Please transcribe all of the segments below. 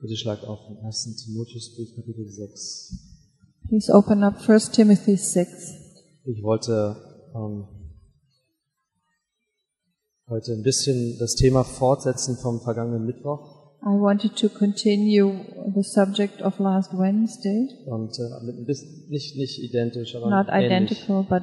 Bitte schlagt auf den 1. Timotheusbrief, Kapitel 6. Please open up 1 Timothy 6. Ich wollte ähm, heute ein bisschen das Thema fortsetzen vom vergangenen Mittwoch I wanted to continue the subject of last Wednesday, und äh, mit ein bisschen, nicht, nicht identisch, aber not ähnlich. identical but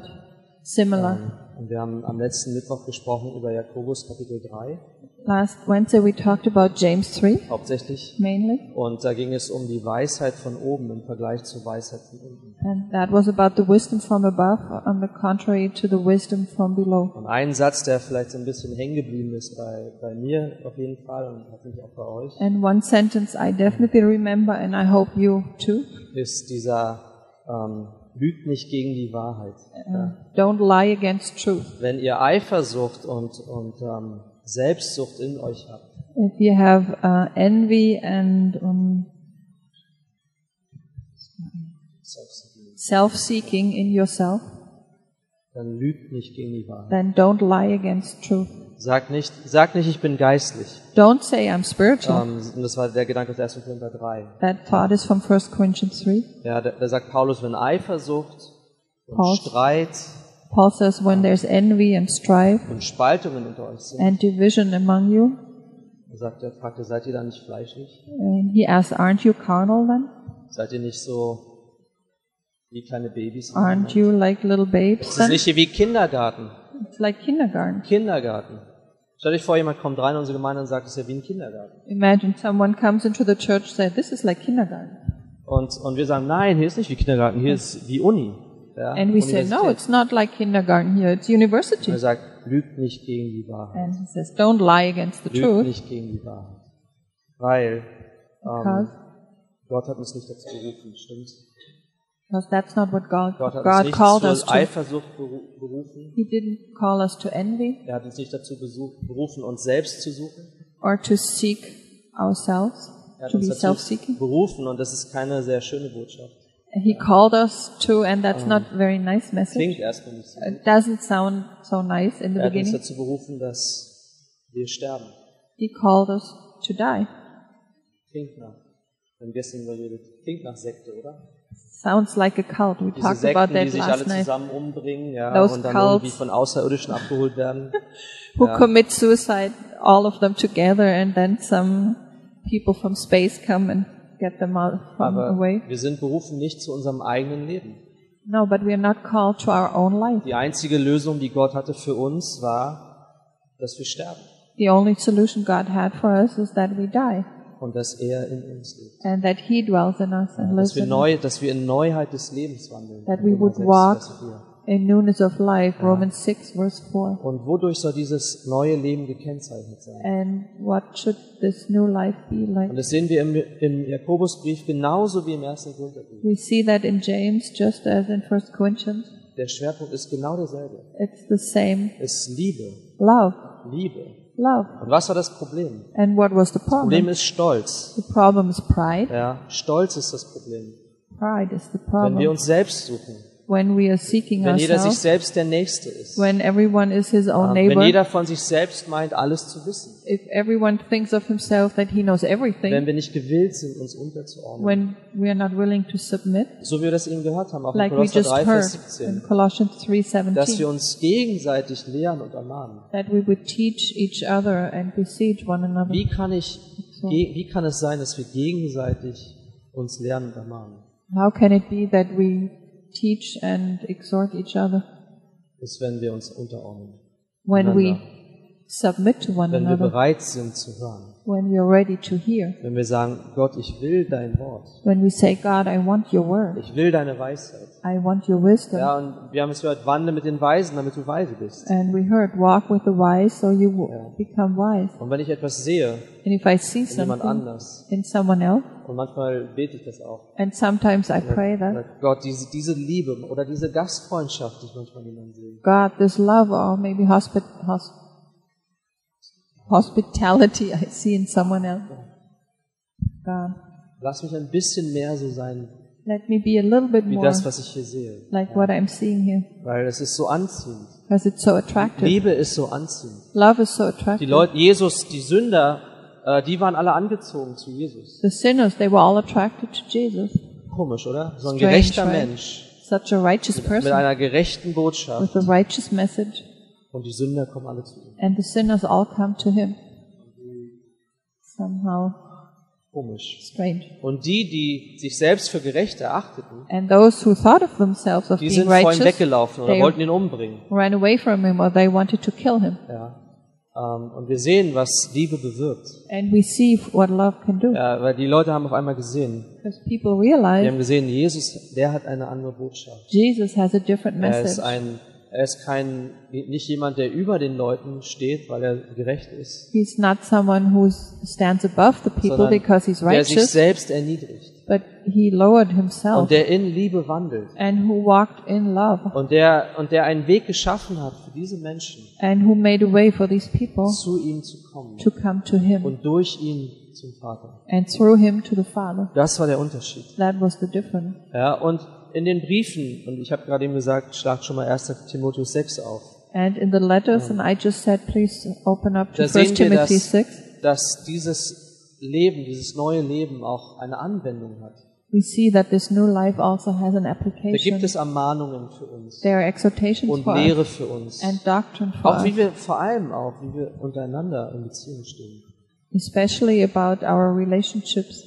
similar. Ähm, und wir haben am letzten Mittwoch gesprochen über Jakobus Kapitel 3 Last Wednesday we talked about James 3 hauptsächlich. mainly, Und da ging es um die Weisheit von oben im Vergleich zur Weisheit von unten. and that was about the wisdom from above on the contrary to the wisdom from below. Und ein Satz, der vielleicht so ein bisschen hängen geblieben ist bei, bei mir auf jeden Fall und hoffentlich auch bei euch, And one sentence I definitely remember, and I hope you too. ist dieser ähm, Lügt nicht gegen die Wahrheit. Uh, don't lie against truth. Wenn ihr Eifersucht und, und ähm, Selbstsucht in euch habt, If you have uh, envy and um, Selbstsucht, self-seeking in yourself, dann lügt nicht gegen die Wahrheit. then don't lie against truth. Sagt nicht, sagt nicht ich bin geistlich. Don't say I'm spiritual. Ähm, und das war der Gedanke aus 1. Korinther 3. that thought is from 1 Corinthians 3. Ja, da, da sagt Paulus, wenn Eifersucht und Paul- Streit Paul says, when there's envy and strife und Spaltungen unter euch sind, and division among you, dann sagt er, fragt er, seid ihr dann nicht fleischlich? and he asks, aren't you carnal then? Seid ihr nicht so wie kleine Babys? Aren't you like little babes Es ist then? nicht hier wie Kindergarten. It's like kindergarten. Kindergarten. Stell dich vor, jemand kommt rein in unsere Gemeinde und sagt, es ist ja wie ein Kindergarten. Imagine someone comes into the church and says, this is like kindergarten. Und, und wir sagen, nein, hier ist nicht wie Kindergarten, hier ist wie Uni. Ja, And we say, no, Universität. it's not like kindergarten here, it's Und er university. sagt, lügt nicht gegen die Wahrheit. And he says, don't lie against the Lügt truth nicht gegen die Wahrheit. Weil ähm, because, Gott hat uns nicht dazu berufen, stimmt? because that's not what God, Gott hat God uns called nicht us zur to. Eifersucht beru- berufen. He didn't call us to envy Er hat uns nicht dazu besuch- berufen, uns selbst zu suchen. or to seek ourselves, Er hat to uns be dazu self-seeking. berufen und das ist keine sehr schöne Botschaft. He called us to, and that's not very nice message. Klingt erstmal nicht so. It doesn't sound so nice in the Er hat uns beginning. dazu berufen, dass wir sterben. He called us to die. Klingt nach. Wir haben gestern über geredet. Klingt nach Sekte, oder? Sounds like a cult. We Diese talked Sekten, about die that sich alle last night. zusammen umbringen, ja, Those und dann cults. irgendwie von Außerirdischen abgeholt werden. Who commit suicide, all of them together, and then some people from space come and get them out from Aber away. wir sind berufen nicht zu unserem eigenen Leben. No, but we are not called to our own life. Die einzige Lösung, die Gott hatte für uns, war, dass wir sterben The only solution God had for us is that we die, und dass er in uns lebt. and that He dwells in us and Dass lives wir, in us. neu, dass wir in Neuheit des Lebens wandeln. That we would Römer 6, Vers walk. 4. In newness of life, Romans 6, verse 4. Und wodurch soll dieses neue Leben gekennzeichnet sein? and what should this new life be like? Und das sehen wir im, im Jakobusbrief genauso wie im 1. Korintherbrief. We see that in James, just as in First Corinthians. Der Schwerpunkt ist genau derselbe. It's the same Es ist Liebe. love, Liebe. love. Und was war das Problem? And what was the Das Problem problem? ist Stolz. The problem is pride. Ja, Stolz ist das Problem. Pride is the Wenn wir problem. uns selbst suchen, When we are seeking wenn jeder sich ourselves, selbst der Nächste ist, when everyone is his ähm, own wenn neighbor, jeder von sich selbst meint, alles zu wissen, if everyone thinks of himself that he knows wenn everything, wir nicht gewillt sind, uns unterzuordnen, when we are not willing to submit, so wie wir das eben gehört haben, auch in like we Kolosser just 3, heard Vers in 17, Colossians dass wir 3:17, uns gegenseitig lehren und ermahnen. that we would teach each other and besiege one another. Wie kann, ich, So. ge- wie kann es sein, dass wir gegenseitig uns lernen und ermahnen? How can it be that we teach and exhort each other Ist, wenn wir uns unterordnen, when we Einander. submit to one wenn wir another, bereit sind zu hören, when we are ready to hear, wenn wir sagen, Gott, ich will dein Wort, when we say, God, I want your word, ich will deine Weisheit. I want your wisdom? Ja, und wir haben es gehört, wandle mit den Weisen, damit du weise bist. And we heard, walk with the wise so you will become wise. Und wenn ich etwas sehe And if I see in jemand something anders, in someone else, und manchmal bete ich das auch, and sometimes I pray that, sag, Gott, diese, diese Liebe oder diese Gastfreundschaft, die ich manchmal jemandem sehe, God, this love or maybe hospi- hos- hospitality I see in someone else, God, lass mich ein bisschen mehr so sein, let me be a little bit wie more das, was ich hier sehe. like what I'm seeing here. Weil es ist so anziehend. because it's so attractive. Liebe ist so anziehend. Love is so Die attractive. Leute, Jesus, die Sünder, Äh, die waren alle angezogen zu Jesus. The sinners, they were all attracted to Jesus. Komisch, oder? So ein Strange, gerechter right? Mensch Such a righteous mit person einer gerechten Botschaft with a righteous message, und die Sünder kommen alle zu ihm. and the sinners all come to him. Somehow Komisch. strange. Und die, die sich selbst für gerecht erachteten, And those who thought of themselves of die being sind vor ihm righteous weggelaufen oder they- wollten ihn umbringen. ran away from him or they wanted to kill him. Ja. Ähm, und wir sehen, was Liebe bewirkt. And we see what love can do Ja, weil die Leute haben auf einmal gesehen. because people Die realize haben gesehen, Jesus, der hat eine andere Botschaft. Jesus has a different Er ist message. ein, er ist kein, nicht jemand, der über den Leuten steht, weil er gerecht ist, He's not someone who stands above the people sondern because he's der sich righteous, Oh. selbst erniedrigt but he lowered himself und der in Liebe wandelt and who walked in love und der, und der einen Weg geschaffen hat für diese Menschen, and who made a way for these people zu ihm zu kommen to come to him und durch ihn zum Vater. and through him to the Father. Das war der Unterschied. That was the difference. Ja, und in den Briefen, und ich habe gerade eben gesagt, schlagt schon mal 1. Timotheus 6 auf, And in the Oh. letters, and I just said, please open up Da to 1 sehen wir, Timothy dass, 6. dass dieses Leben, dieses neue Leben auch eine Anwendung hat. We see that this new life also has an Da gibt application. es Ermahnungen für uns. There are exhortations und for us Lehre für uns. and doctrine for Auch wie us, wir, vor allem auch, wie wir untereinander in Beziehung stehen. especially about our relationships,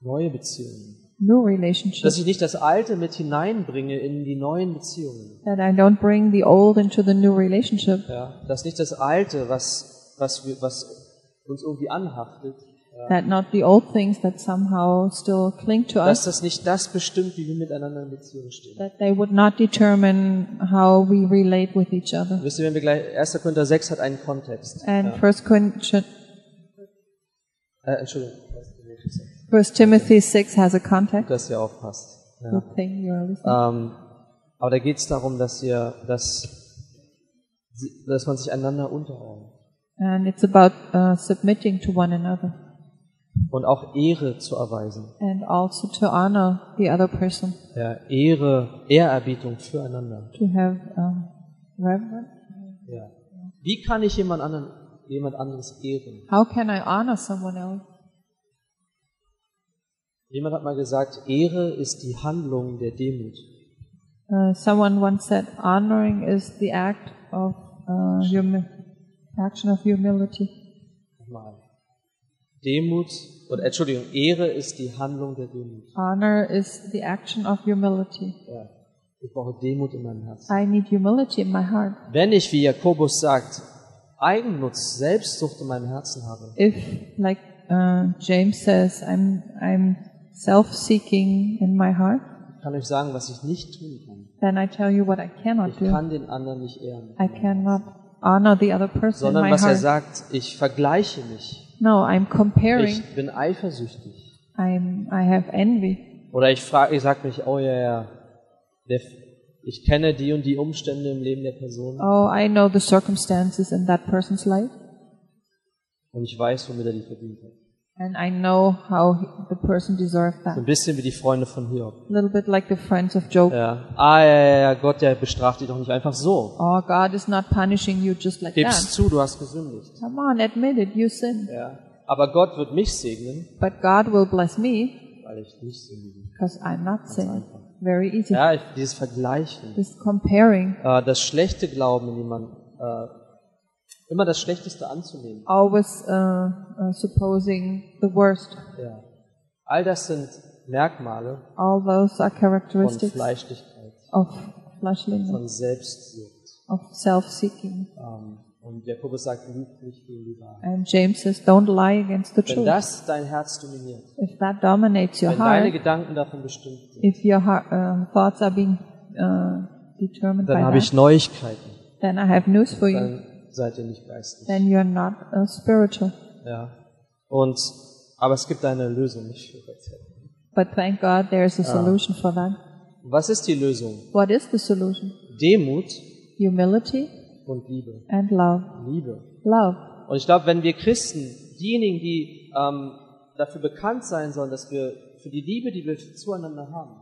Neue Beziehungen. new Dass relationships, ich nicht das Alte mit hineinbringe in die neuen Beziehungen. that I don't bring the old into the new relationship, Ja? Dass nicht das Alte, was, was, wir, was uns irgendwie anhaftet, that not the old things that somehow still cling to dass us, das nicht das bestimmt, wie wir miteinander in Beziehung stehen. that they would not determine how we relate with each other. Wisst ihr, wenn wir gleich, 1. Korinther 6 hat einen Kontext. And First Corinthians, Äh, Entschuldigung, 1. Korinther 6. First Timothy six has a context. dass ihr aufpasst. Ja. Good thing you're listening. Ähm, aber da geht es darum, dass ihr, dass, sie- dass man sich einander unterordnet And it's about uh, submitting to one another und auch Ehre zu erweisen. and also to honor the other person. Ja, Ehre, Ehrerbietung füreinander. to have um, reverence. Ja. Wie kann ich jemand anderen, jemand anderes ehren? How can I honor someone else? Jemand hat mal gesagt, Ehre ist die Handlung der Demut. Uh, someone once said, honoring is the act of uh, humi- action of humility. Nochmal. Demut, oder Entschuldigung, Ehre ist die Handlung der Demut. Honor is the action of humility. Ja. Ich brauche Demut in meinem Herzen. I need humility in my heart. Wenn ich, wie Jakobus sagt, Eigennutz, Selbstsucht in meinem Herzen habe, If, like uh, James says, I'm I'm self-seeking in my heart, kann euch sagen, was ich nicht tun kann. then I tell you what I cannot Ich do. kann den anderen nicht ehren. I cannot honor the other person in Sondern my was er heart. sagt, ich vergleiche mich. No, I'm comparing. Ich bin eifersüchtig. I'm I have envy. Oder ich frage, ich sage mich, oh ja, ja, der, ich kenne die und die Umstände im Leben der Person Oh, I know the circumstances in that person's life, und ich weiß, womit er die verdient hat. and I know how he- the person deserved that. So ein bisschen wie die Freunde von Hiob. A little bit like the friends of Job. Ja. Ah ja, ja, ja, Gott, der bestraft dich doch nicht einfach so. Oh, God is not punishing you just like Gib's that. zu, du hast gesündigt. Come on, admit it, you sinned. Ja. Aber Gott wird mich segnen, But God will bless me weil ich nicht sündige. because I'm not sinning. Very easy. Ja, ich, dieses Vergleichen, This comparing, äh, das schlechte Glauben in jemanden, äh, immer das Schlechteste anzunehmen. always uh, uh, supposing the worst. Ja. All das sind Merkmale All those are von characteristics Fleischlichkeit, of fleshliness, von Selbstsucht. of self-seeking. Ähm, und Jakobus sagt, lüg nicht gegen die Wahrheit. And James says, don't lie against the Wenn truth. das dein Herz dominiert, If that dominates your wenn deine heart, Gedanken davon bestimmt sind, if your heart, uh, thoughts are being uh, determined by dann habe ich that, Neuigkeiten. then I have news for you. Dann seid ihr nicht geistlich. Then you're not uh, spiritual. Ja. Und, aber es gibt eine Lösung nicht für Gott. But thank God there Ah. is a solution for that. Was ist die Lösung? What is the solution? Demut Humility und Liebe. and love. Liebe. Love. Und ich glaube, wenn wir Christen, diejenigen, die ähm, dafür bekannt sein sollen, dass wir für die Liebe, die wir zueinander haben,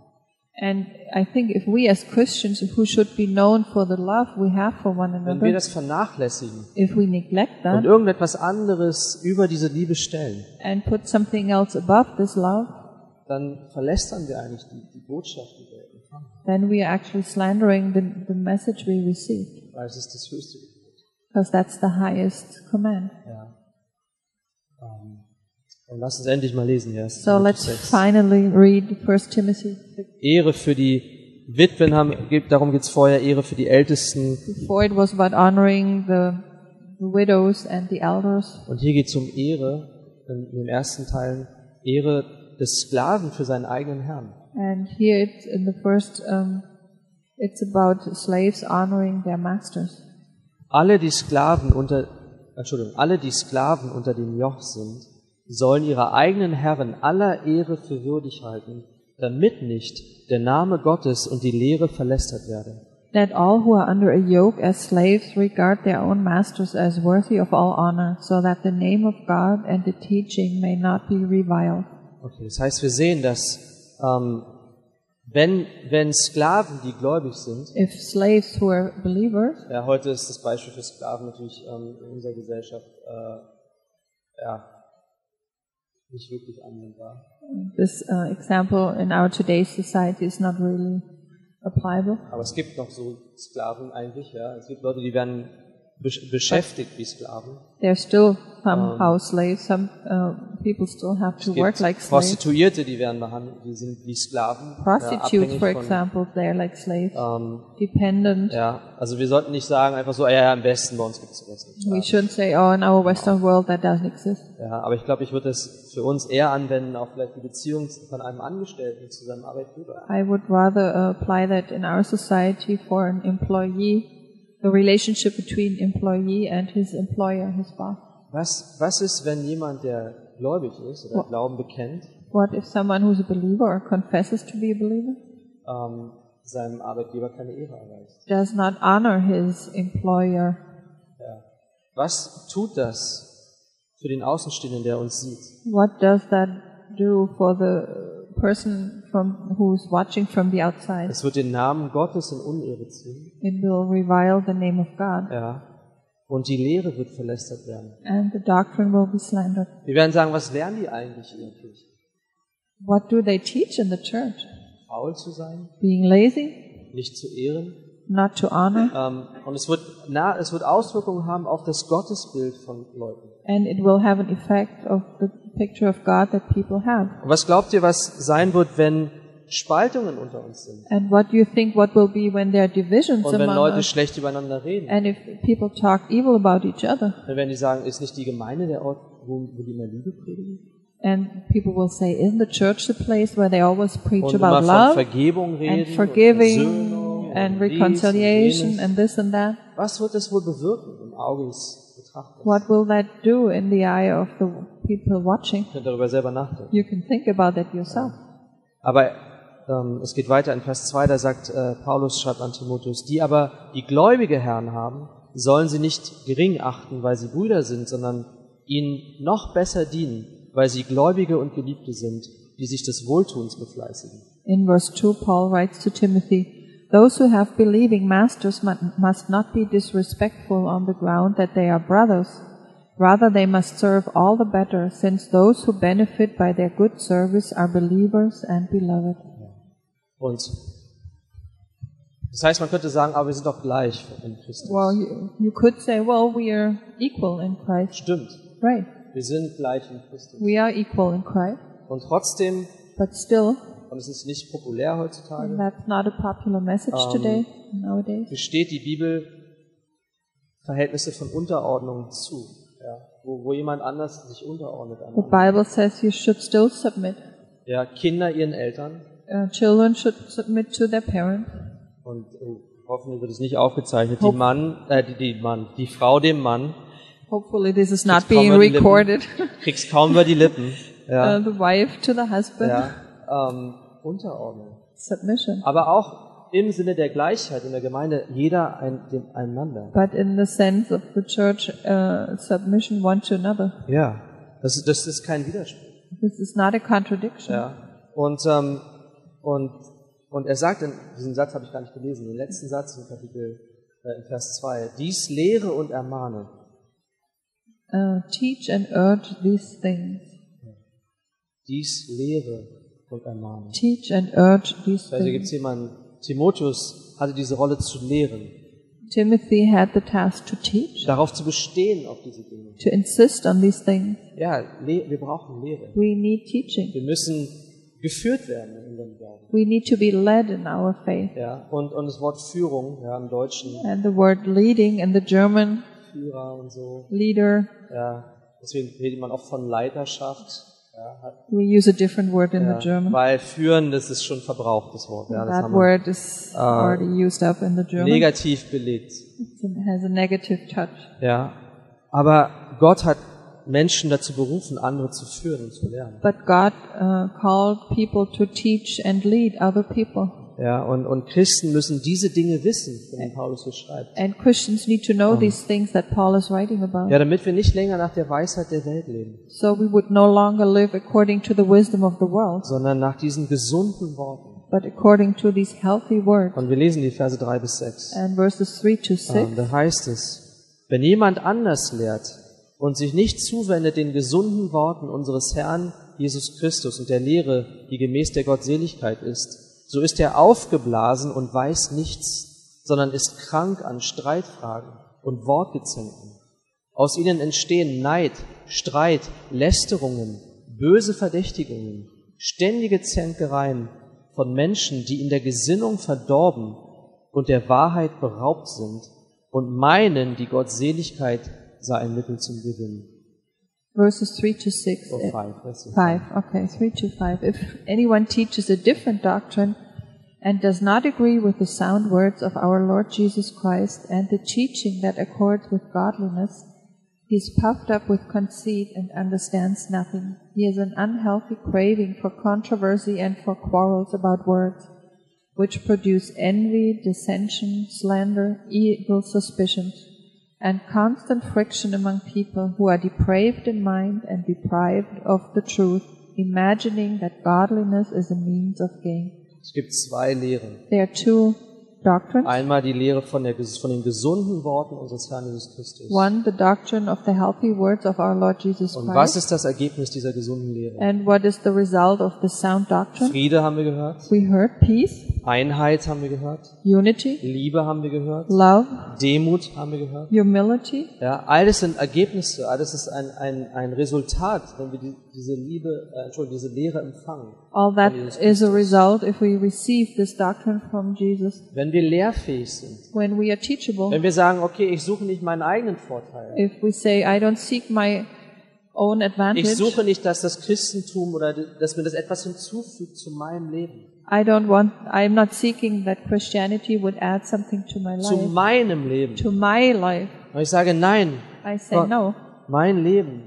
And I think if we as Christians who should be known for the love we have for one Wenn wir another, das vernachlässigen if we neglect und that irgendetwas anderes über diese Liebe stellen, and put something else above this love, dann verlästern wir eigentlich die, die Botschaft, die wir empfangen, then we are actually slandering the, the message we received weil es ist das höchste Gebot. because that's the highest command. Ja. Ähm, Und lass uns endlich mal lesen, ja. So let's finally read 1 Timothy Ehre für die Witwen, haben, geht- darum geht's vorher, Ehre für die Ältesten. Before it was about honoring the, the widows and the elders. Und hier geht's um Ehre, in, in den ersten Teilen, Ehre des Sklaven für seinen eigenen Herrn. And here it's in the first, um, it's about slaves honoring their masters. Alle, die Sklaven unter, Entschuldigung, alle, die Sklaven unter dem Joch sind, sollen ihre eigenen Herren aller Ehre für würdig halten, damit nicht der Name Gottes und die Lehre verlästert werde. That all who are under a yoke as slaves regard their own masters as worthy of all honor, so that the name of God and the teaching may not be reviled. Okay, das heißt, wir sehen, dass ähm, wenn, wenn Sklaven, die gläubig sind, If slaves who are believers, ja, heute ist das Beispiel für Sklaven natürlich ähm, in unserer Gesellschaft äh, ja, nicht wirklich anwendbar. this uh, example in our today's society is not really applicable. Aber es gibt noch so Sklaven eigentlich, ja. Es gibt Leute, die werden besch beschäftigt wie Sklaven. They're still somehow slaves. Some uh, people still have to Es work gibt like slaves. Prostituierte, die werden behandelt, die sind wie Sklaven. Prostitutes, ja, abhängig for von, example, they're like slaves, Ähm, dependent. ja, also wir sollten nicht sagen einfach so, ah, ja, ja, im Westen bei uns gibt es sowas nicht. We shouldn't say, oh, in our Western world that doesn't exist. Ja, aber ich glaube, ich würde das für uns eher anwenden, auch vielleicht die Beziehung von einem Angestellten zu seinem Arbeitgeber. I would rather uh, apply that in our society for an employee, the relationship between employee and his employer, his boss. Was, was ist, wenn jemand, der gläubig ist oder Glauben bekennt, What if someone who's a believer or confesses to be a believer ähm, seinem Arbeitgeber keine Ehre erweist? does not honor his employer? Ja. Was tut das für den Außenstehenden, der uns sieht? What does that do for the person from who's watching from the outside? Es wird den Namen Gottes in Unehre ziehen. It will revile the name of God. Ja. Und die Lehre wird verlästert werden. and the doctrine will be slandered. Wir werden sagen, was lernen die eigentlich wirklich? What do they teach in the church? Faul zu sein? Being lazy, Nicht zu ehren? not to honor, Ähm, und es wird, na, es wird Auswirkungen haben auf das Gottesbild von Leuten. and it will have an effect of the picture of God that people have. Und was glaubt ihr, was sein wird, wenn Spaltungen unter uns sind? And what do you think what will be when there are divisions Und wenn among Leute us? schlecht übereinander reden? And if people talk evil about each other, Dann werden die sagen, ist nicht die Gemeinde der Ort, wo, wo die immer Liebe predigen? and people will say, Isn't the church the place where they always preach und immer about von love Vergebung reden and und forgiving Versöhnung and und dies und reconciliation jenes. and this and that? Was wird das wohl bewirken im Auge des Betrachters? What will that do in the eye of the people watching? Ihr könnt darüber selber nachdenken. You can think about that yourself. Aber ähm, es geht weiter in Vers 2, da sagt äh, Paulus, schreibt an Timotheus, die aber die gläubige Herren haben, sollen sie nicht gering achten, weil sie Brüder sind, sondern ihnen noch besser dienen, weil sie Gläubige und Geliebte sind, die sich des Wohltuns befleißigen. In verse 2, Paul writes to Timothy, Those who have believing masters mu- must not be disrespectful on the ground that they are brothers. Rather, they must serve all the better, since those who benefit by their good service are believers and beloved. Und das heißt, man könnte sagen, aber wir sind doch gleich in Christus. Well, you, you could say, well, we are equal in Christ. Stimmt. Right. Wir sind gleich in Christus. We are equal in Christ. Und trotzdem, But still, und es ist nicht populär heutzutage, that's not a popular message Um, today, nowadays. gesteht die Bibel Verhältnisse von Unterordnung zu, ja, wo, wo jemand anders sich unterordnet. einem The anderen. Bible says you should still submit. Ja, Kinder ihren Eltern, Uh, children should submit to their parents. und oh, hoffentlich wird es nicht aufgezeichnet, die Hoff- Mann, äh, die, die Mann, die Frau dem Mann, Hopefully, this is Kriegst not kaum being über die Lippen. recorded. kriegst kaum über die Lippen. Ja, Uh, the wife to the husband. ja, ähm, Unterordnung. Submission. Aber auch im Sinne der Gleichheit in der Gemeinde, jeder ein, dem, einander. But in the sense of the church, uh, submission one to another. Ja, das, das ist kein Widerspruch. This is not a contradiction. Ja. Und, ähm, und, Und er sagt, in diesen Satz habe ich gar nicht gelesen, den letzten Satz im Kapitel, äh, in Vers 2, dies lehre und ermahne. Uh, teach and urge these things. Dies lehre und ermahne. Teach and urge these Also gibt es things. jemanden, Timotheus hatte diese Rolle zu lehren, Timothy had the task to teach, darauf zu bestehen, auf diese Dinge. to insist on these things. Ja, le wir brauchen Lehre. We need teaching. Wir müssen geführt werden in unserem Glauben. We need to be led in our faith. Ja, und, und das Wort Führung, ja, im Deutschen, And the word leading in the German Führer und so, leader, ja, deswegen redet man oft von Leiterschaft, ja, hat we use a different word in the Ja, German. weil führen, das ist schon verbrauchtes Wort. Ja, das that haben wir word is already used up in the German. negativ belegt. It has a negative touch. Ja. Aber Gott hat Menschen dazu berufen, andere zu führen und zu lernen. But God uh, called people to teach and lead other people. Ja, und, und Christen müssen diese Dinge wissen, von denen Paulus hier schreibt. And Christians need to know these things that Paul is writing about. Ja, damit wir nicht länger nach der Weisheit der Welt leben, So we would no longer live according to the wisdom of the world, sondern nach diesen gesunden Worten. but according to these healthy words. Und wir lesen die Verse 3 bis 6. And verses 3 to Ähm, 6. da heißt es, wenn jemand anders lehrt und sich nicht zuwendet den gesunden Worten unseres Herrn Jesus Christus und der Lehre, die gemäß der Gottseligkeit ist, so ist er aufgeblasen und weiß nichts, sondern ist krank an Streitfragen und Wortgezänken. Aus ihnen entstehen Neid, Streit, Lästerungen, böse Verdächtigungen, ständige Zänkereien von Menschen, die in der Gesinnung verdorben und der Wahrheit beraubt sind und meinen, die Gottseligkeit sei ein Mittel zum Gewinn. Verses 3 to uh, 6. Or five, that's it. 5. Okay, 3 to 5. If anyone teaches a different doctrine and does not agree with the sound words of our Lord Jesus Christ and the teaching that accords with godliness, he is puffed up with conceit and understands nothing. He has an unhealthy craving for controversy and for quarrels about words, which produce envy, dissension, slander, evil suspicions, and constant friction among people who are depraved in mind and deprived of the truth, imagining that godliness is a means of gain. Es gibt zwei Lehren. There are two doctrines. Einmal die Lehre von, der, von den gesunden Worten unseres Herrn Jesus Christus. One, the doctrine of the healthy words of our Lord Jesus Und was Christ. ist das Ergebnis dieser gesunden Lehre? And what is the result of the sound doctrine? Friede haben wir gehört, We heard peace, Einheit haben wir gehört, unity, Liebe haben wir gehört, love, Demut haben wir gehört. humility. Ja, all das sind Ergebnisse, all das ist ein, ein, ein Resultat, wenn wir die, diese Liebe, äh, Entschuldigung, diese Lehre empfangen. All that Jesus is a result if we receive this doctrine from Jesus. Wenn wir lehrfähig sind, When we are teachable, wenn wir sagen, okay, ich suche nicht meinen eigenen Vorteil, if we say, I don't seek my own ich advantage, suche nicht, dass das Christentum oder dass mir das etwas hinzufügt zu meinem Leben, I don't want, I'm not seeking that Christianity would add something to my zu life, meinem Leben. to my life. Und ich sage, nein, I say, Gott. no, mein Leben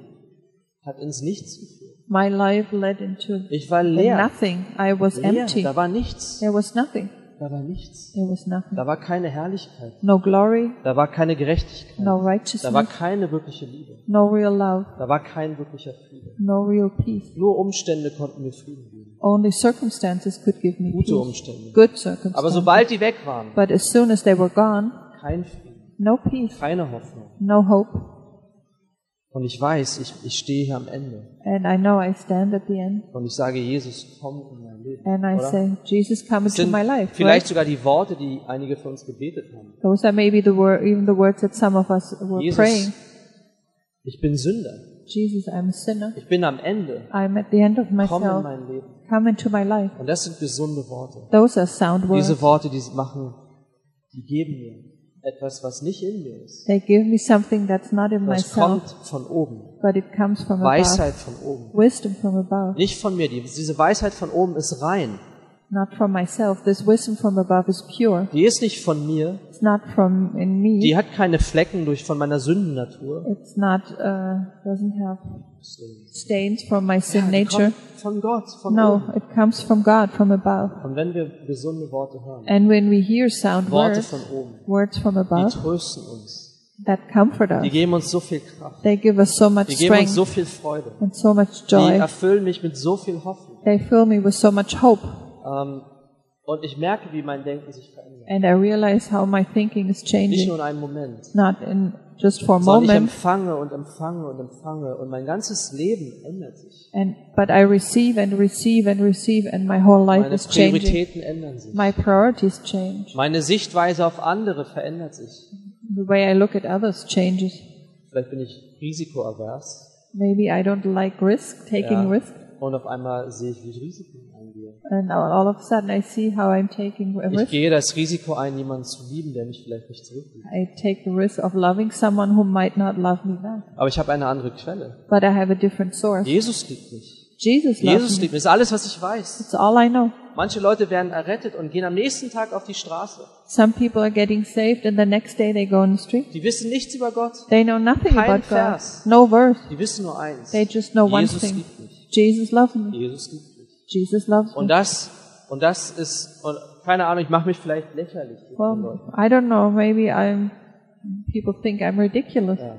hat ins Nichts geführt. my life led into Ich war leer, nothing. I was leer. empty. da war nichts, There was nothing. da war nichts, There was nothing. da war keine Herrlichkeit, No glory, da war keine Gerechtigkeit, no da war righteousness, keine wirkliche Liebe. no real love, Da war kein wirklicher Friede. no real peace. Nur Umstände konnten mir Frieden geben. Only circumstances could give me Gute peace. Umstände. Good Aber circumstances. sobald die weg waren, But as soon as they were gone, kein Frieden, no peace, keine Hoffnung. no hope. Und ich weiß, ich, ich stehe hier am Ende. And I know I stand at the end Und ich sage, Jesus, komm in mein Leben. and I Oder? say, Jesus, come Das into sind my life. right? vielleicht sogar die Worte, die einige von uns gebetet haben. Those are maybe the word, even the words that some of us were Jesus, praying. ich bin Sünder. Jesus, I'm a sinner. Ich bin am Ende. I'm at the end of Komm in myself. mein Leben. Come into my life. Und das sind gesunde Worte. Those are sound words. Diese Worte, die machen, die geben mir etwas, was nicht in mir ist. They give me something that's not in Das myself, kommt von oben. but it comes from above. Weisheit von oben. Wisdom from above, Nicht von mir. Die, diese Weisheit von oben ist rein. not from myself. This wisdom from above is pure. Die ist nicht von mir. It's not from in Die me. hat keine Flecken durch von meiner Sündennatur. It's not uh, doesn't have Die stains from my sin nature. kommt von Gott, von No, oben. it comes from God, from above. Und wenn wir gesunde Worte hören, And when we hear sound Worte words, von oben, words from die above, trösten uns. that comfort us. Die geben uns so viel Kraft. They give us so much Die geben uns strength so viel Freude. and so much Die joy. erfüllen mich mit so viel Hoffnung. They fill me with so much hope. Ähm, Und ich merke, wie mein Denken sich verändert. And I realize how my thinking is Nicht nur changing, in einem Moment, not in just for a sondern ich moment, empfange und empfange und empfange und mein ganzes Leben ändert sich. and but I receive and receive and receive, and my whole life Meine is changing. Prioritäten ändern sich. My priorities change. Meine Sichtweise auf andere verändert sich. The way I look at others changes. Vielleicht bin ich risikoavers. Maybe I don't like risk, taking Ja. risk, Und auf einmal sehe ich, wie ich Risiken eingehe. and all all of a sudden I see how I'm taking a Ich risk. gehe das Risiko ein, jemanden zu lieben, der mich vielleicht nicht zurückliebt. I take the risk of loving someone who might not love me back, Aber ich habe eine andere Quelle. but I have a different source. Jesus liebt mich. Jesus Jesus loves me. liebt mich. Das ist alles, was ich weiß. That's all I know. Manche Leute werden errettet und gehen am nächsten Tag auf die Straße. Some people are getting saved, and the next day they go on the street. Die wissen nichts über Gott. They know nothing Kein about God. Vers. No verse. Die wissen nur eins. They just know one Jesus thing. liebt mich. Jesus loves me. Jesus liebt mich. Jesus loves Und me. das, und das ist, und keine Ahnung, ich mache mich vielleicht lächerlich. mit den Leuten. Well, I don't know. Maybe I'm. People think I'm ridiculous. Ja,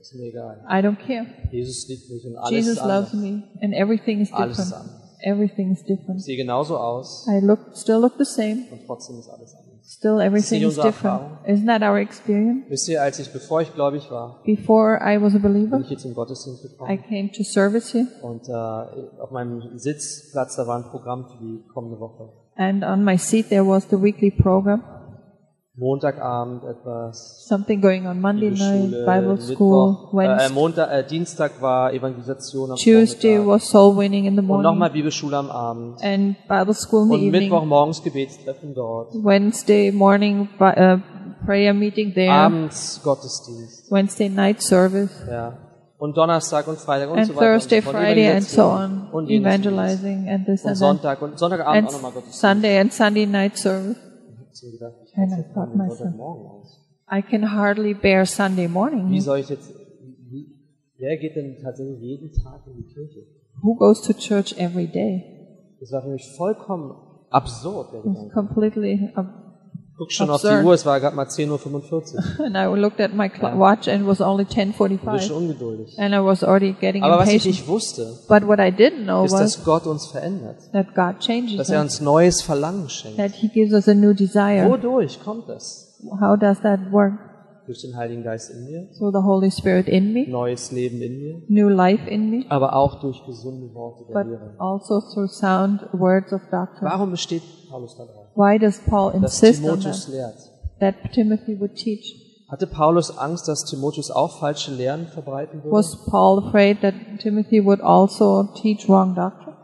ist mir egal. I don't care. Jesus liebt mich und alles Jesus ist anders. loves me, and everything is Alles ist different. Everything is different. Ich sehe genauso aus I look, still look the same. und trotzdem ist alles anders. Still, Sie everything is unsere different. Erfahrung. Isn't that our experience? Wisst ihr, als ich, bevor ich gläubig war, Before I was a bin believer, ich hier zum Gottesdienst I gekommen came to service here, und äh, auf meinem Sitzplatz, da war ein Programm für die kommende Woche. and on my seat there was the weekly program. Montagabend etwas, Something going on Monday night, Bibelschule, Bible school, Mittwoch, äh, äh, Wednesday, Montag, äh, Dienstag war Evangelisation am Tuesday Vormittag. was soul winning in the und morning, nochmal Bibelschule am Abend and Bible school in the und evening. Mittwochmorgens Gebetstreffen dort, Wednesday morning bi- uh, prayer meeting there. abends Gottesdienst, Wednesday night service. ja. Und Donnerstag und Freitag und and so weiter. Thursday, und so fort. Friday, and so on, Evangelisation und jenes evangelizing and und this jenes. Und and that, Sonntag und Sonntagabend and auch nochmal Gottesdienst. Sunday and Sunday night service. Ich hab mir gedacht, ich Keine halte jetzt mal Frage, den Meister. Sonntagmorgen aus. I can hardly bear Sunday Wie morning. soll ich jetzt, wie, wer geht denn tatsächlich jeden Tag in die Kirche? Who goes to church every day? Das war für mich vollkommen absurd, der Gedanke. It's completely. Ab- Guck schon auf Absurd. die Uhr, es war gerade mal 10.45 Uhr. and I looked at my cl- watch and it was only Ich bin schon 10:45, ungeduldig. and I was already getting Aber was ich impatient. nicht wusste, But what I didn't know ist, Oh, was dass Gott uns verändert. that God changes Dass er us, uns neues Verlangen schenkt. that He gives us a new desire. Wodurch kommt das? How does that work? Durch den Heiligen Geist in mir, Through the Holy Spirit in me, neues Leben in mir, new life in me, aber auch durch gesunde Worte der but Lehre. also through sound words of doctrine. Warum besteht Paulus darauf? Why does Paul Dass insist on Timotheus that, lehrt. that Timothy would teach? Hatte Paulus Angst, dass Timotheus auch falsche Lehren verbreiten würde? Was Paul afraid that Timothy would also teach wrong doctrine?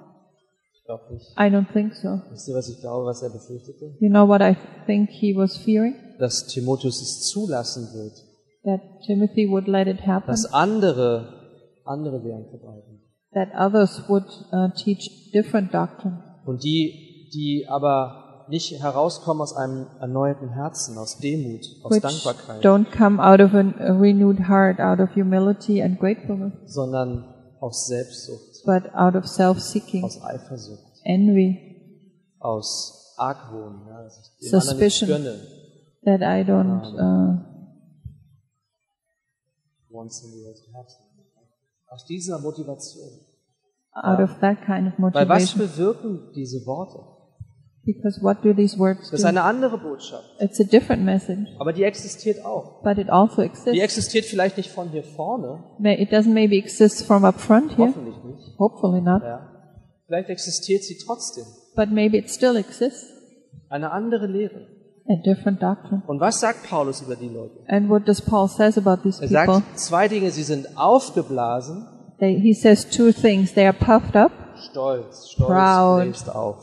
Ich glaube nicht. I don't think so. Wisst ihr, was ich glaube, was er befürchtete? You know what I think he was fearing? Dass Timotheus es zulassen wird, That Timothy would let it happen, dass andere andere Lehren verbreiten. that others would uh, teach different doctrine, Und die, die aber nicht herauskommen aus einem erneuerten Herzen, aus Demut, aus which Dankbarkeit, don't come out of an, a renewed heart, out of humility and gratefulness, sondern aus Selbstsucht, but out of self-seeking, aus Eifersucht, envy, aus Argwohn, ja, dass ich dem Suspicion. anderen nicht gönne. that I don't. Uh, Once in the world to have something. Aus dieser Motivation. out of that kind of Weil was motivation. bewirken diese Worte? Because what do these words Das ist do? eine andere Botschaft, It's a different message, aber die existiert auch. but it also Die exists. existiert vielleicht nicht von hier vorne, May- It doesn't maybe exist from up front here, hoffentlich nicht. hopefully not, Ja. Vielleicht existiert sie trotzdem. but maybe it still exists, Eine andere Lehre. a different doctrine. Und was sagt Paulus über die Leute? And what does Paul says about these Er people? sagt zwei Dinge, sie sind aufgeblasen, They, he says two things. They are puffed up. stolz, stolz Proud. bläst auf.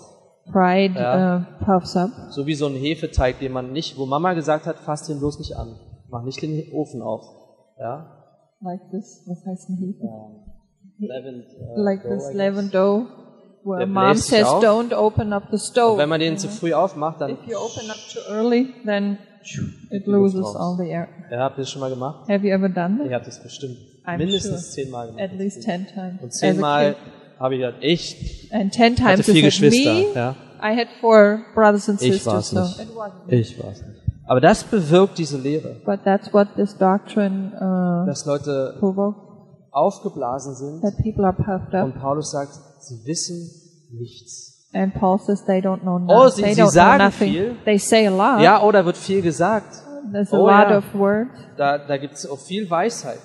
Pride Ja. uh, puffs up. So wie so ein Hefeteig, den man nicht, wo Mama gesagt hat, fass den bloß nicht an. Mach nicht den Ofen auf. Ja? Like this, was heißt denn hier? Leavened, äh, Like dough, this I guess. leavened dough, where Der mom bläst sich says, auf. don't open up the Und stove. wenn man den zu früh aufmacht, dann, If you open up too early, then it Die Luft loses raus. all the air. ja, habt ihr das schon mal gemacht? Have you ever done that? Ihr habt das bestimmt I'm mindestens sure. zehnmal gemacht. At least ten times. Und As a zehnmal kid. habe ich gedacht, ich, And ten hatte times vier it was Geschwister. me. Ja. I had four brothers and Ich sisters. war's So. nicht. Ich war's nicht. Aber das bewirkt diese Lehre, But that's what this doctrine uh, dass Leute provokes. aufgeblasen sind That people are puffed up. und Paulus sagt, sie wissen nichts. And Paul says they don't know nothing. Oh, sie- they sie don't know sagen nothing. viel. They say a lot. Ja, oder wird viel gesagt. There's a Oh, lot ja. of words, Da, da gibt es auch viel Weisheit.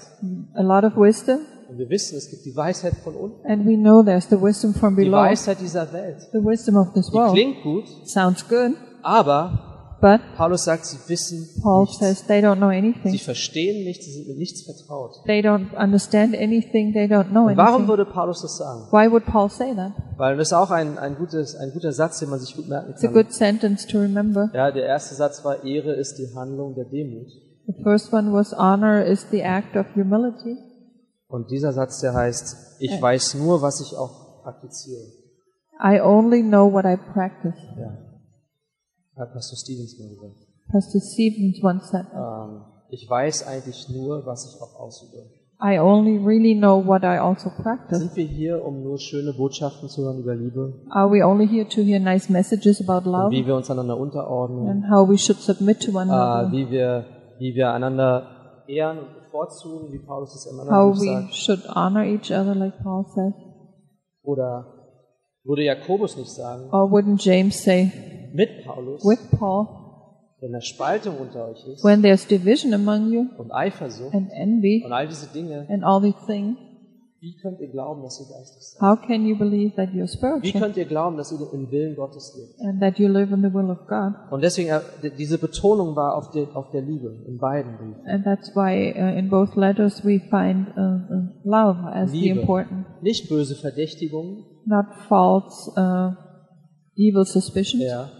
a lot of wisdom, Und wir wissen, es gibt die Weisheit von unten, and we know there's the wisdom from die below. Weisheit dieser Welt. The wisdom of this Die world klingt gut, sounds good, aber but Paulus sagt, sie wissen Paul nichts. says they don't know Sie anything. verstehen nichts, sie sind mit nichts vertraut. They don't understand anything. They don't know Und warum anything. würde Paulus das sagen? Why would Paul say that? Weil das ist auch ein, ein, gutes, ein guter Satz, den man sich gut merken It's a kann. good sentence to remember. Ja, der erste Satz war, Ehre ist die Handlung der Demut. The first one was honor is the act of humility. Und dieser Satz, der heißt, ich weiß nur, was ich auch praktiziere. I only know what I practice. Ja. Hat Pastor Stevens mal gesagt. Pastor Stevens once said, Ähm, ich weiß eigentlich nur, was ich auch ausübe. I only really know what I also practice. Sind wir hier, um nur schöne Botschaften zu hören über Liebe? Are we only here to hear nice messages about Und love wie wir uns einander unterordnen? and how we should submit to one Äh, another? wie, wir, wie wir einander ehren und bevorzugen, wie Paulus es im How anderen Buch we sagt? should honor each other, like Paul said? Oder würde Jakobus nicht sagen, Or wouldn't James say, mit Paulus, with Paul, wenn da Spaltung unter euch ist when there's division among you und Eifersucht and envy und all diese Dinge, and all these things, wie könnt ihr glauben, dass ihr geistig seid? how can you believe that you're Wie spiritual könnt ihr glauben, dass ihr im Willen Gottes lebt? and that you live in the will of God? Und deswegen, äh, diese Betonung war auf, der- auf der Liebe in beiden Briefen. And that's why uh, in both letters we find uh, uh, love as the Liebe. important, Nicht böse Verdächtigungen. not false, uh, evil suspicions. Ja.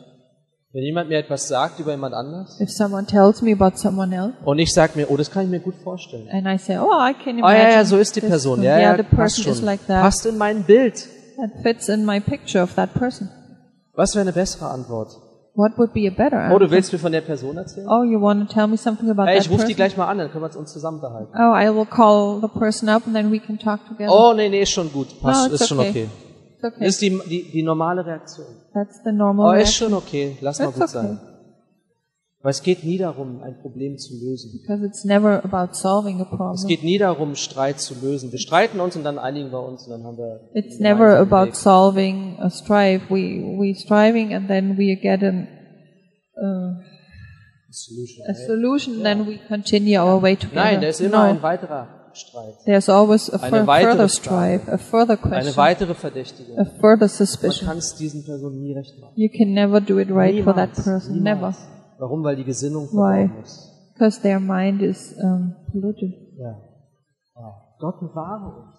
Wenn jemand mir etwas sagt über jemand anders If someone tells me about someone else, und ich sage mir, oh, das kann ich mir gut vorstellen. and I say, "Oh, I can Oh imagine." ja, ja, so ist die this Person. person. Ja, ja, yeah, the passt person schon. is like that. Passt in mein Bild. That fits in my picture of that person. Was wäre eine bessere Antwort? What would be a better Oh, answer? du willst mir von der Person erzählen? Oh, you want to tell me something about Ey, that ich rufe die person? gleich mal an, dann können wir uns zusammen behalten. Oh, I will call the person up and then we can talk together. Oh, nee, nee, ist schon gut. Passt, it's ist schon okay. okay. It's okay. Ist die, die, die normale Reaktion. That's the normal Oh, ist reaction schon okay, lass mal It's gut okay. sein. Weil es geht nie darum, ein Problem zu lösen. because it's never about solving a Es problem. geht nie darum, Streit zu lösen. Wir streiten uns und dann einigen wir uns und dann haben wir. It's einen never gemeinsamen about Weg. solving a strife. We we striving and then we get an, uh, Solution, a right? solution. Then we continue our way together. Nein, da ist immer no, ein weiterer Streit. there's always a Eine fur- weitere Frage. further strife, a further Eine question, weitere Verdächtige. a further Man suspicion. kann es diesen Personen nie recht machen. You can never do it right for that person. niemals. Never, Warum? Weil die Gesinnung Why? verdorben ist. because their mind is um, polluted. Ja. Ja. Gott bewahre uns.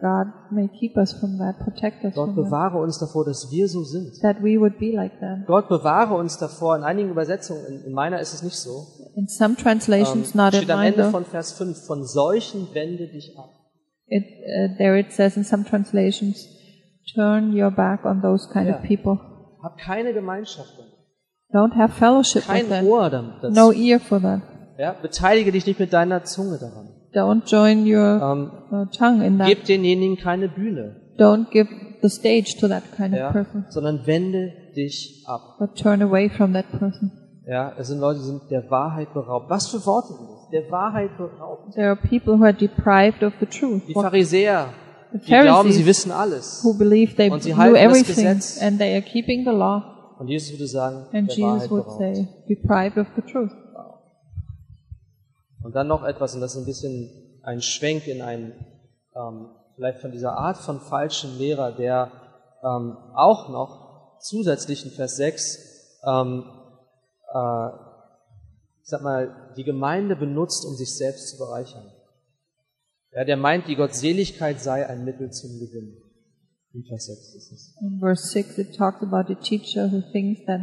God may keep us from that, protect us Gott from that. bewahre uns davor, dass wir so sind. That we would be like that. Gott bewahre uns davor. In einigen Übersetzungen, in, in meiner ist es nicht so, In some ähm, translations, not in steht am mine. Ende though. von Vers 5, von solchen wende dich ab. It, uh, there it says in some translations, turn your back on those kind of Yeah. people. Hab keine Gemeinschaft damit. Don't have fellowship with Kein them. Ohr damit. dazu. No ear for that. Ja? Beteilige dich nicht mit deiner Zunge daran. Don't join your Ähm, uh, tongue in that. gib denjenigen keine Bühne, Don't give the stage to that kind of ja? person. sondern wende dich ab. But turn away from that person. Ja, es sind Leute, die sind der Wahrheit beraubt. Was für Worte sind das? Der Wahrheit beraubt. There are people who are deprived of the truth. Die What- Pharisäer, The die glauben, sie Pharisees wissen alles. who believe they Und sie knew halten das everything Gesetz. and they are keeping the law. Und Jesus würde sagen, And der Jesus Wahrheit would beraubt. say, deprived of the truth. Und dann noch etwas, und das ist ein bisschen ein Schwenk in einen, ähm, vielleicht von dieser Art von falschen Lehrer, der ähm, auch noch zusätzlich in Vers 6, ähm, äh, ich sag mal, die Gemeinde benutzt, um sich selbst zu bereichern. Ja, der meint, die Gottseligkeit sei ein Mittel zum Gewinn. In Vers 6 ist es. In verse 6, it talks about a teacher who thinks that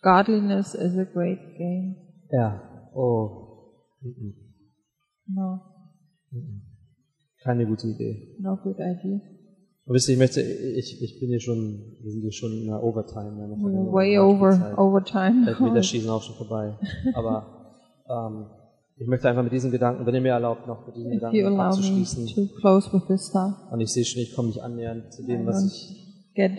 godliness is a great gain. Ja, oh, mhm. No, keine gute Idee. no good idea. Und wisst ihr, ich möchte, ich, ich bin hier schon, wir sind hier schon in der Overtime. Ja, noch We're eine way Nachspielzeit. over, over time. Elf Meter schießen auch schon vorbei. Aber ähm, ich möchte einfach mit diesem Gedanken, wenn ihr mir erlaubt, noch mit diesem if you Gedanken allow me abzuschließen. to close with this thought, Und ich sehe schon, ich komme nicht annähernd zu I dem, was don't ich get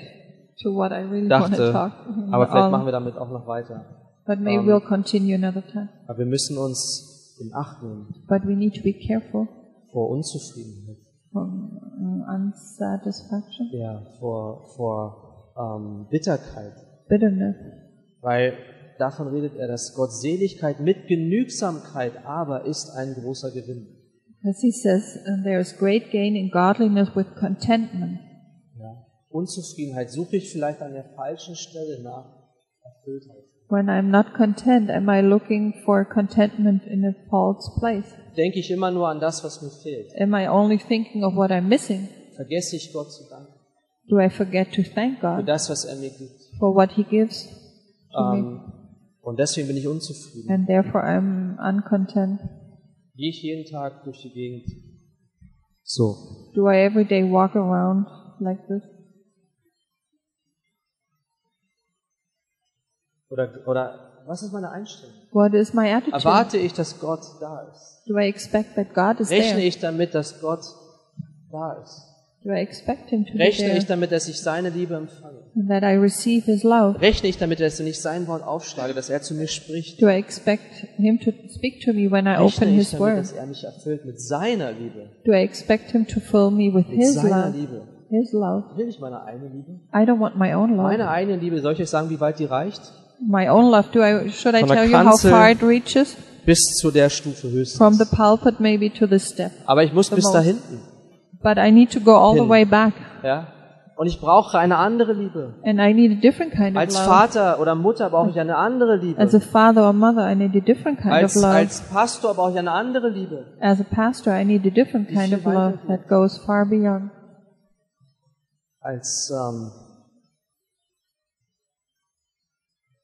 to what I really want dachte. to talk Um, Aber vielleicht on, machen wir damit auch noch weiter. But maybe um, we'll continue another time. Aber wir müssen uns in Acht nehmen But we need to be careful vor Unzufriedenheit, from uh, unsatisfaction, ja, vor, vor ähm, Bitterkeit, bitterness. weil davon redet er, dass Gott Seligkeit mit Genügsamkeit aber ist ein großer Gewinn. Because he says, "And there is great gain in godliness with contentment. Ja. Unzufriedenheit suche ich vielleicht an der falschen Stelle nach Erfülltheit. When I'm not content, am I looking for contentment in a false place? Denke ich immer nur an das, was mir fehlt. Am I only thinking of what I'm missing? Vergesse ich Gott zu danken Do I forget to thank für God das, was er mir gibt. for what He gives? to me? Ähm, und deswegen bin ich unzufrieden. And therefore I'm uncontent. Gehe ich jeden Tag durch die Gegend. So. Do I every day walk around like this? Oder, oder was ist meine Einstellung? What is my attitude? Erwarte ich, dass Gott da ist? Do I expect that God is Rechne there? ich damit, dass Gott da ist? Do I expect Him to be Rechne there? ich damit, dass ich seine Liebe empfange? And that I receive His love? Rechne ich damit, dass wenn ich sein Wort aufschlage, dass er zu mir spricht? Do I expect Him to speak to me when I open Rechne ich His damit, Word? dass er mich erfüllt mit seiner Liebe? Do I expect Him to fill me with Mit His seiner love? Liebe. His love. Will ich meine eigene Liebe? I don't want my own love. Meine eigene Liebe, soll ich euch sagen, wie weit die reicht? My own love. Do I should I Von der tell you how Kanzel- far it reaches? Bis zu der Stufe From the höchstens. pulpit maybe to the step. Aber ich muss bis most. da hinten. But I need to go all the Hin. way back. Ja? Und ich brauche eine andere Liebe. And I need a different kind of Als love. Vater oder Mutter brauche ich eine andere As a Liebe. father or mother, I need a different kind of Als, love. als Pastor brauche ich eine andere Liebe. As a pastor, I need a different Wie kind viel of love weiter that goes far beyond. Als, ähm,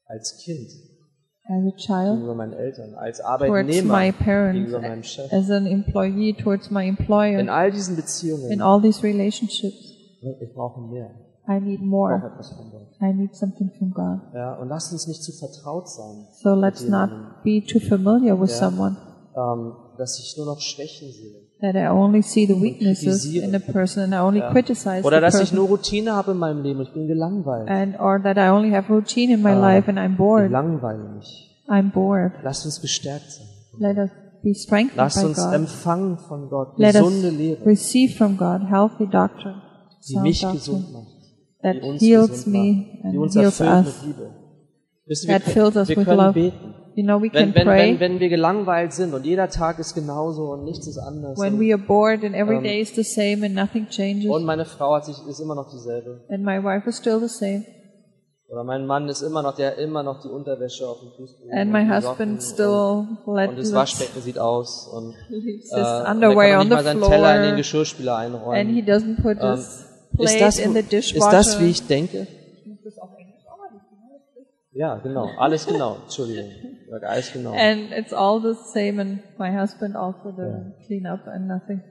als Kind As a child, gegenüber meinen Eltern, als towards Arbeitnehmer my gegenüber meinem parents, Chef. as an employee, towards my In employer, all diesen in Beziehungen, all these relationships, ich brauche mehr. I need Ich brauche more. etwas von Gott. I need something from God. Ja, und lasst uns nicht zu vertraut sein. So let's not be too familiar with Yeah. someone ähm, dass ich nur noch Schwächen sehe. that I only see the weaknesses kritisiere. in a person and I only criticize Oder the dass ich person nur Routine habe in meinem Leben. Ich bin gelangweilt. and or that I only have routine in my life and I'm Ich bored. langweile mich. I'm bored. Lasst uns gestärkt sein. Let us be strengthened Lasst by uns God. empfangen von Gott Let gesunde us Leben, receive from God healthy doctrine, die sound mich doctrine gesund macht, that die uns heals gesund me macht, die and uns heals erfüllt us. mit Liebe. Wisst ihr, That fills wir können, us with wir können love. beten. You know, we Wenn, can wenn, pray wenn, wenn wir gelangweilt sind und jeder Tag ist genauso und nichts ist anders. when Um, we are bored and every Ähm, day is the same and nothing changes. Und meine Frau hat sich, ist immer noch dieselbe. And my wife is still the same. Oder mein Mann ist immer noch, der immer noch die Unterwäsche auf dem Fußboden And und my die husband Socken und- still let und das leaves Waschbecken sieht aus und his äh, uh, und er kann underwear auch nicht on the mal seinen Teller in den floor Geschirrspüler and he einräumen. doesn't put Ähm, his Ist plate das, in the ist dishwasher. das, wie ich denke? Ja, genau. Alles genau. Entschuldigung. Ich sag Alles genau. And it's all the same and my husband also doesn't clean up and nothing. Ah,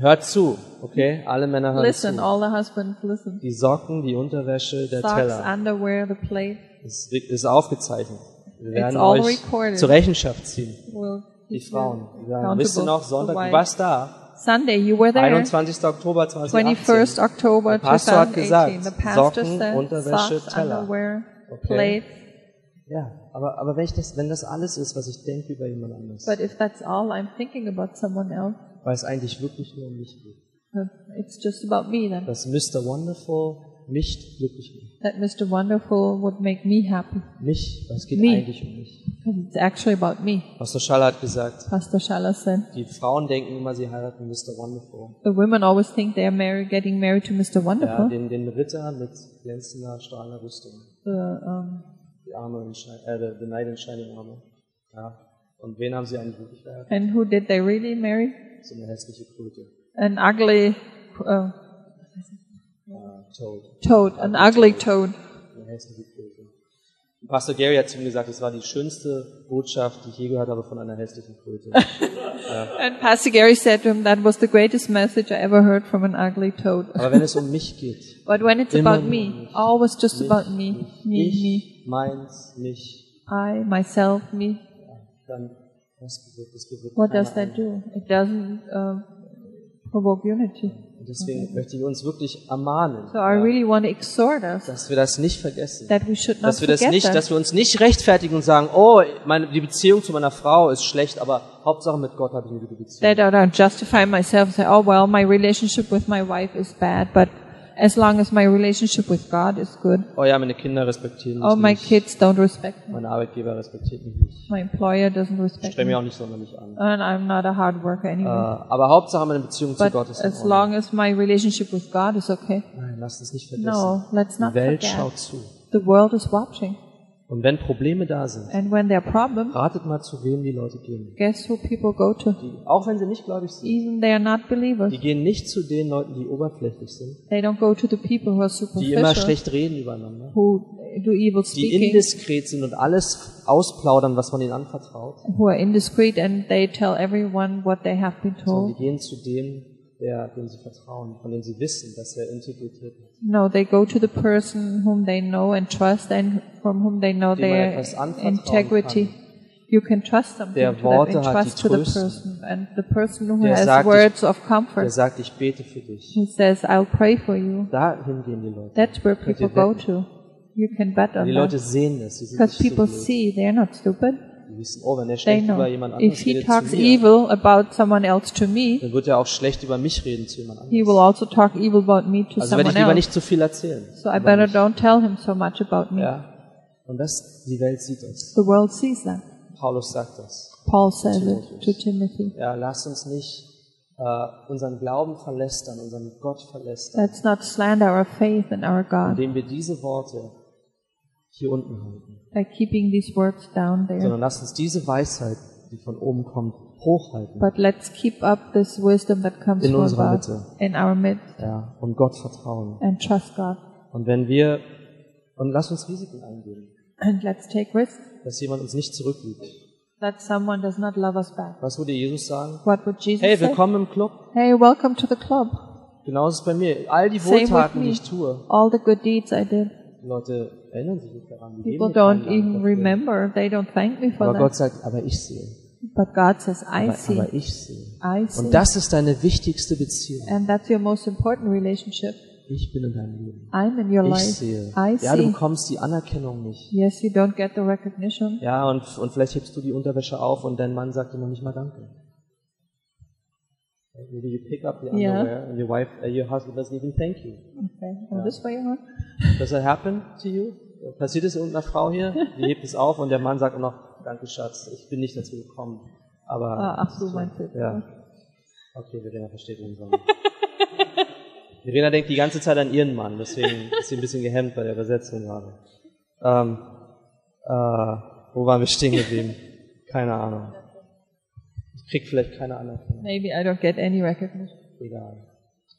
Hört zu, okay? Alle Männer hören Listen, zu. all the husbands listen. Die Socken, die Unterwäsche, der Socks, Teller. underwear, the plate. Es ist aufgezeichnet. Wir werden all euch recorded. zur Rechenschaft ziehen. Well, Die he's Frauen. Wir sagen, accountable wisst ihr noch, to Sonntag, wife. du warst da. Sunday, you were there. 21. Oktober 2018. 21st October Der Pastor hat 2018. gesagt, the pastor Socken, said, Unterwäsche, socks, Teller. underwear, Okay. plate. Ja, aber, aber wenn, ich das, wenn das alles ist, was ich denke über jemand anderes, But if that's all I'm thinking about someone else, weil es eigentlich wirklich nur um mich geht, then it's just about me then. dass Mr. Wonderful mich glücklich macht. That Mr. Wonderful would make me happy. Mich, weil es geht Mich. eigentlich um mich. Because it's actually about me. Pastor Schaller hat gesagt, Pastor Shala said, die Frauen denken immer, sie heiraten Mr. Wonderful. the women always think they're married, getting married to Mr. Ja, Wonderful. den, den Ritter mit glänzender, strahlender Rüstung. the, um, Die Arme, in Schein- äh, the, the Knight in Shining Armor. Ja. Und wen haben sie eigentlich wirklich geheiratet? and who did they really marry? So eine hässliche Kröte. An ugly uh, Äh, Toad. toad. An ugly toad. Eine hässliche Kröte. Und Pastor Gary hat zu mir gesagt, es war die schönste Botschaft, die ich je gehört habe von einer hässlichen Kröte. And Pastor Gary said to him, that was the greatest message I ever heard from an ugly toad. Aber wenn es um mich geht, But when it's Immer about nur um me, mich. always just about me, mich, me, me, ich, meins, mich, I, myself, me, dann was bewirkt das bewirkt what keine does that Einigung. do? It doesn't uh, provoke unity. Und deswegen möchte ich uns wirklich ermahnen, So I really want to exhort us dass wir das nicht vergessen. that we should not Dass wir das forget nicht, that. dass wir uns nicht rechtfertigen und sagen, oh, meine, die Beziehung zu meiner Frau ist schlecht, aber Hauptsache mit Gott habe ich eine gute Beziehung. That I don't justify myself and say, oh, well, my relationship with my wife is bad, but As long as my relationship with God is good, Oh ja, meine Kinder respektieren mich oh, my nicht. kids don't respect me, Mein Arbeitgeber respektiert mich nicht. my employer doesn't Ich respect streng me, Uh, mich auch nicht sonderlich an. and I'm not a hard worker Äh, anyway. aber Hauptsache meine Beziehung zu But Gott ist in as Ordnung. long as my relationship with God is okay, Nein, lasst uns nicht vergessen. no, let's not die Welt forget. schaut zu. The world is watching, Und wenn Probleme da sind, and when there are problems, ratet mal, zu wem die Leute gehen. guess who people go to? Die, auch wenn sie nicht gläubig sind. Even they are not believers. Die gehen nicht zu den Leuten, die oberflächlich sind, They don't go to the people who are die immer superficial, schlecht reden übereinander, who do evil die speaking, indiskret sind und alles ausplaudern, was man ihnen anvertraut. who are indiscreet, and they tell everyone what they have been Sondern told. die gehen zu dem, der, dem sie vertrauen, von dem sie wissen, dass er Integrität hat, No, they go to the person whom they know and trust, and from whom they know Dem man their etwas anvertrauen integrity. You can trust something Der to Worte hat, them, die entrust to the trösten. person, and the person who Der has sagt, ich- words of der comfort, sagt, ich bete für dich. who says, "I'll pray for you." Dahin gehen die Leute. Hm. That's where Könnt people ihr go wetten. to. You can bet Die on Leute that sehen das, sie sind because nicht so people blöd. see they're not stupid. Die wissen, oh, wenn er They schlecht know. über jemand If anderes he redet zu talks mir, evil about someone else to me, dann wird er auch schlecht über mich reden zu jemand he will anderem. also talk evil about me to Also werde someone ich lieber else. nicht zu viel erzählen. So I Über better mich. don't tell him so much about me. Ja. Und das, die Welt sieht das. The world sees that. Paulus sagt das. Paul says it to Timotheus. Timothy. Ja, lasst uns nicht äh, unseren Glauben verlästern, unseren Gott verlästern, Let's not slander our faith in our God indem wir diese Worte hier unten halten, by keeping these words down there. sondern lasst uns diese Weisheit, die von oben kommt, hochhalten But let's keep up this wisdom that comes In from unserer above Mitte. in our midst ja, und Gott vertrauen. and trust God. Und wenn wir, und lasst uns Risiken eingehen, And let's take risks dass jemand uns nicht zurückliegt. that someone does not love us back. Was würde Jesus sagen? What would Jesus Hey, say? willkommen im Club. Hey, welcome to the club. Genauso ist es bei mir. All die Same with Wohltaten, me. die ich tue, All the good deeds I did. die Leute erinnern sich nicht daran. Die geben People mir keinen don't Dank even dafür. remember. They don't thank me for Aber Gott that. sagt, aber ich sehe. But God says, I Aber, see. aber ich sehe. I see. Und das ist deine wichtigste Beziehung. And that's your most important relationship. Ich bin in deinem Leben. I'm in your Ich life. sehe. I Ja, du see. bekommst die Anerkennung nicht. Yes, you don't get the recognition. Ja, und, und vielleicht hebst du die Unterwäsche auf und dein Mann sagt dir noch nicht mal Danke. Maybe you pick up the Yeah. underwear and your wife, uh, your husband doesn't even thank you. Okay. And this way on. Does that happen to you? Passiert es irgendeiner Frau hier? Die hebt es auf und der Mann sagt noch, danke Schatz, ich bin nicht dazu gekommen. Aber Ah, ach, du meinst jetzt. Ja. Okay, Verena versteht unseren. Verena denkt die ganze Zeit an ihren Mann, deswegen ist sie ein bisschen gehemmt bei der Übersetzung gerade. Ähm, äh, wo waren wir stehen geblieben? Keine Ahnung. Ich krieg vielleicht keine Anerkennung. Maybe I don't get any recognition. Egal.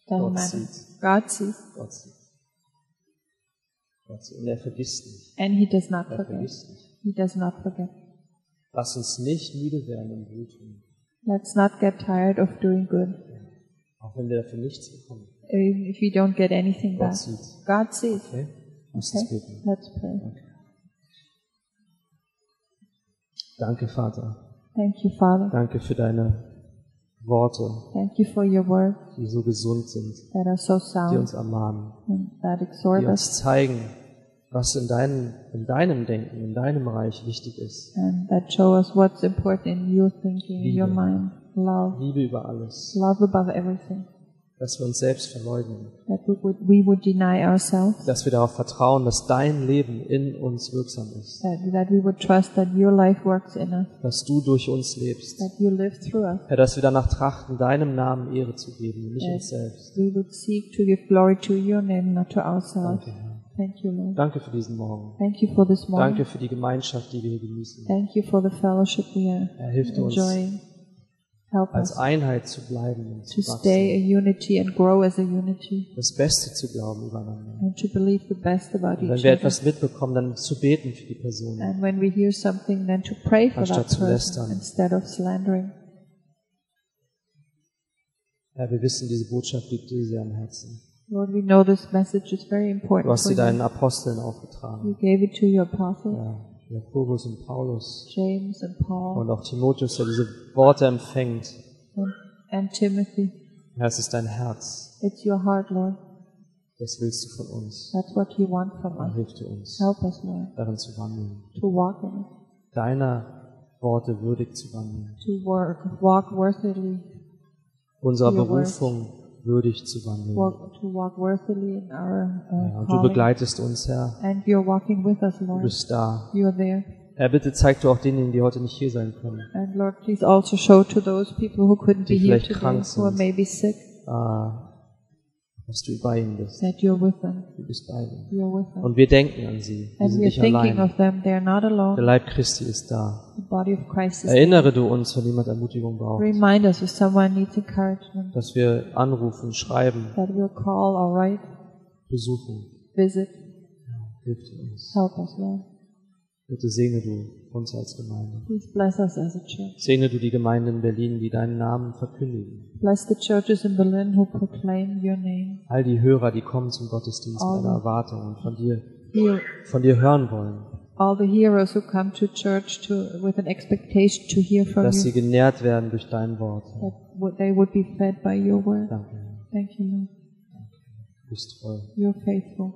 Doesn't Gott matter. sieht. God sees. Gott sieht. Gott sieht. Und er vergisst nicht. And He does not Er forget. vergisst nicht. He does not forget. Lass uns nicht müde werden im Blutun, Let's not get tired of doing good. auch wenn wir dafür nichts bekommen. Even if you don't get anything Gott back. sieht. God sees. Okay? Lass uns Okay? beten. Let's pray. Danke, Vater. Thank you, Father. Danke für deine Worte. Thank you for your word die so gesund sind, that are so die sound uns ermahnen, and that die exhort us uns zeigen, was in deinem, in deinem Denken, in deinem Reich wichtig ist. and that show us what's important in your thinking, in your Liebe. mind. Love. Liebe über alles, Love above everything. dass wir uns selbst verleugnen, That we would, we would deny ourselves. dass wir darauf vertrauen, dass dein Leben in uns wirksam ist, That, that we would trust that your life works in us. dass du durch uns lebst. That you live through us. Herr, dass wir danach trachten, deinem Namen Ehre zu geben und nicht uns selbst. We would seek to give glory to your name, not to ourselves. Danke, Herr. Thank you, Lord. Danke für diesen Morgen. Thank you for this morning. Danke für die Gemeinschaft, die wir hier genießen. Thank you for the fellowship we are Herr, hilf du uns, enjoying. Help als us Einheit zu bleiben und zu to stay a wachsen, unity and grow as a unity. das Beste zu glauben übereinander. and to believe the best about Und wenn each wir other. etwas mitbekommen, dann zu beten für die Person. And when we hear something, then to pray for Anstatt that zu person lästern. instead of slandering. Herr, wir wissen, diese Botschaft liegt dir sehr am Herzen. Lord, we know this message is very Du important hast for sie you. deinen Aposteln aufgetragen. You gave it to your apostles, Ja, Jakobus und Paulus James and Paul und auch Timotheus, der diese Worte empfängt. and, and Timothy. Herr, es ist dein Herz. It's your heart, Lord. Das willst du von uns. That's what you want from Dann us. hilf du uns, Help us, Lord, darin zu wandeln. to walk in it, Deiner Worte würdig zu wandeln. to work, walk worthily Unserer Your Berufung würdig zu wandeln. walk, to walk worthily in our Ja, uh, und du calling. begleitest uns, Herr. And you're walking with us, Du Lord. bist da. You're there. Herr, bitte zeig du auch denen, die heute nicht hier sein können, And Lord, please also show to those people who couldn't Die be here vielleicht today, krank who are sind. maybe sick, äh, dass du bei ihnen bist. that you're with them. Du bist bei ihnen. You're with them. Und wir denken an sie. Wir And sind we're nicht thinking allein. of them. They are not Der alone. Leib Christi ist da. The body of Christ is Erinnere du uns, wenn jemand Ermutigung braucht, Remind us if someone needs encouragement, dass wir anrufen, schreiben, that we'll call, all right, besuchen. visit, Hilf du uns. help us, Lord. Bitte segne du uns als Gemeinde. Please bless us as a church. Segne du die Gemeinde in Berlin, die deinen Namen verkündigen. Bless the churches in Berlin who proclaim your name. All die Hörer, die kommen zum Gottesdienst mit einer Erwartung und von dir, Heal von dir hören wollen. all the heroes who come to church to, with an expectation to hear from Dass sie you, genährt werden durch dein Wort. that what they would be fed by your word. Danke. Herr. Thank you, Lord. Du bist voll. You're faithful.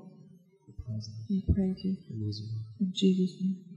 Wir preisen We praise you. dich. In Jesu Namen. In Jesus' name.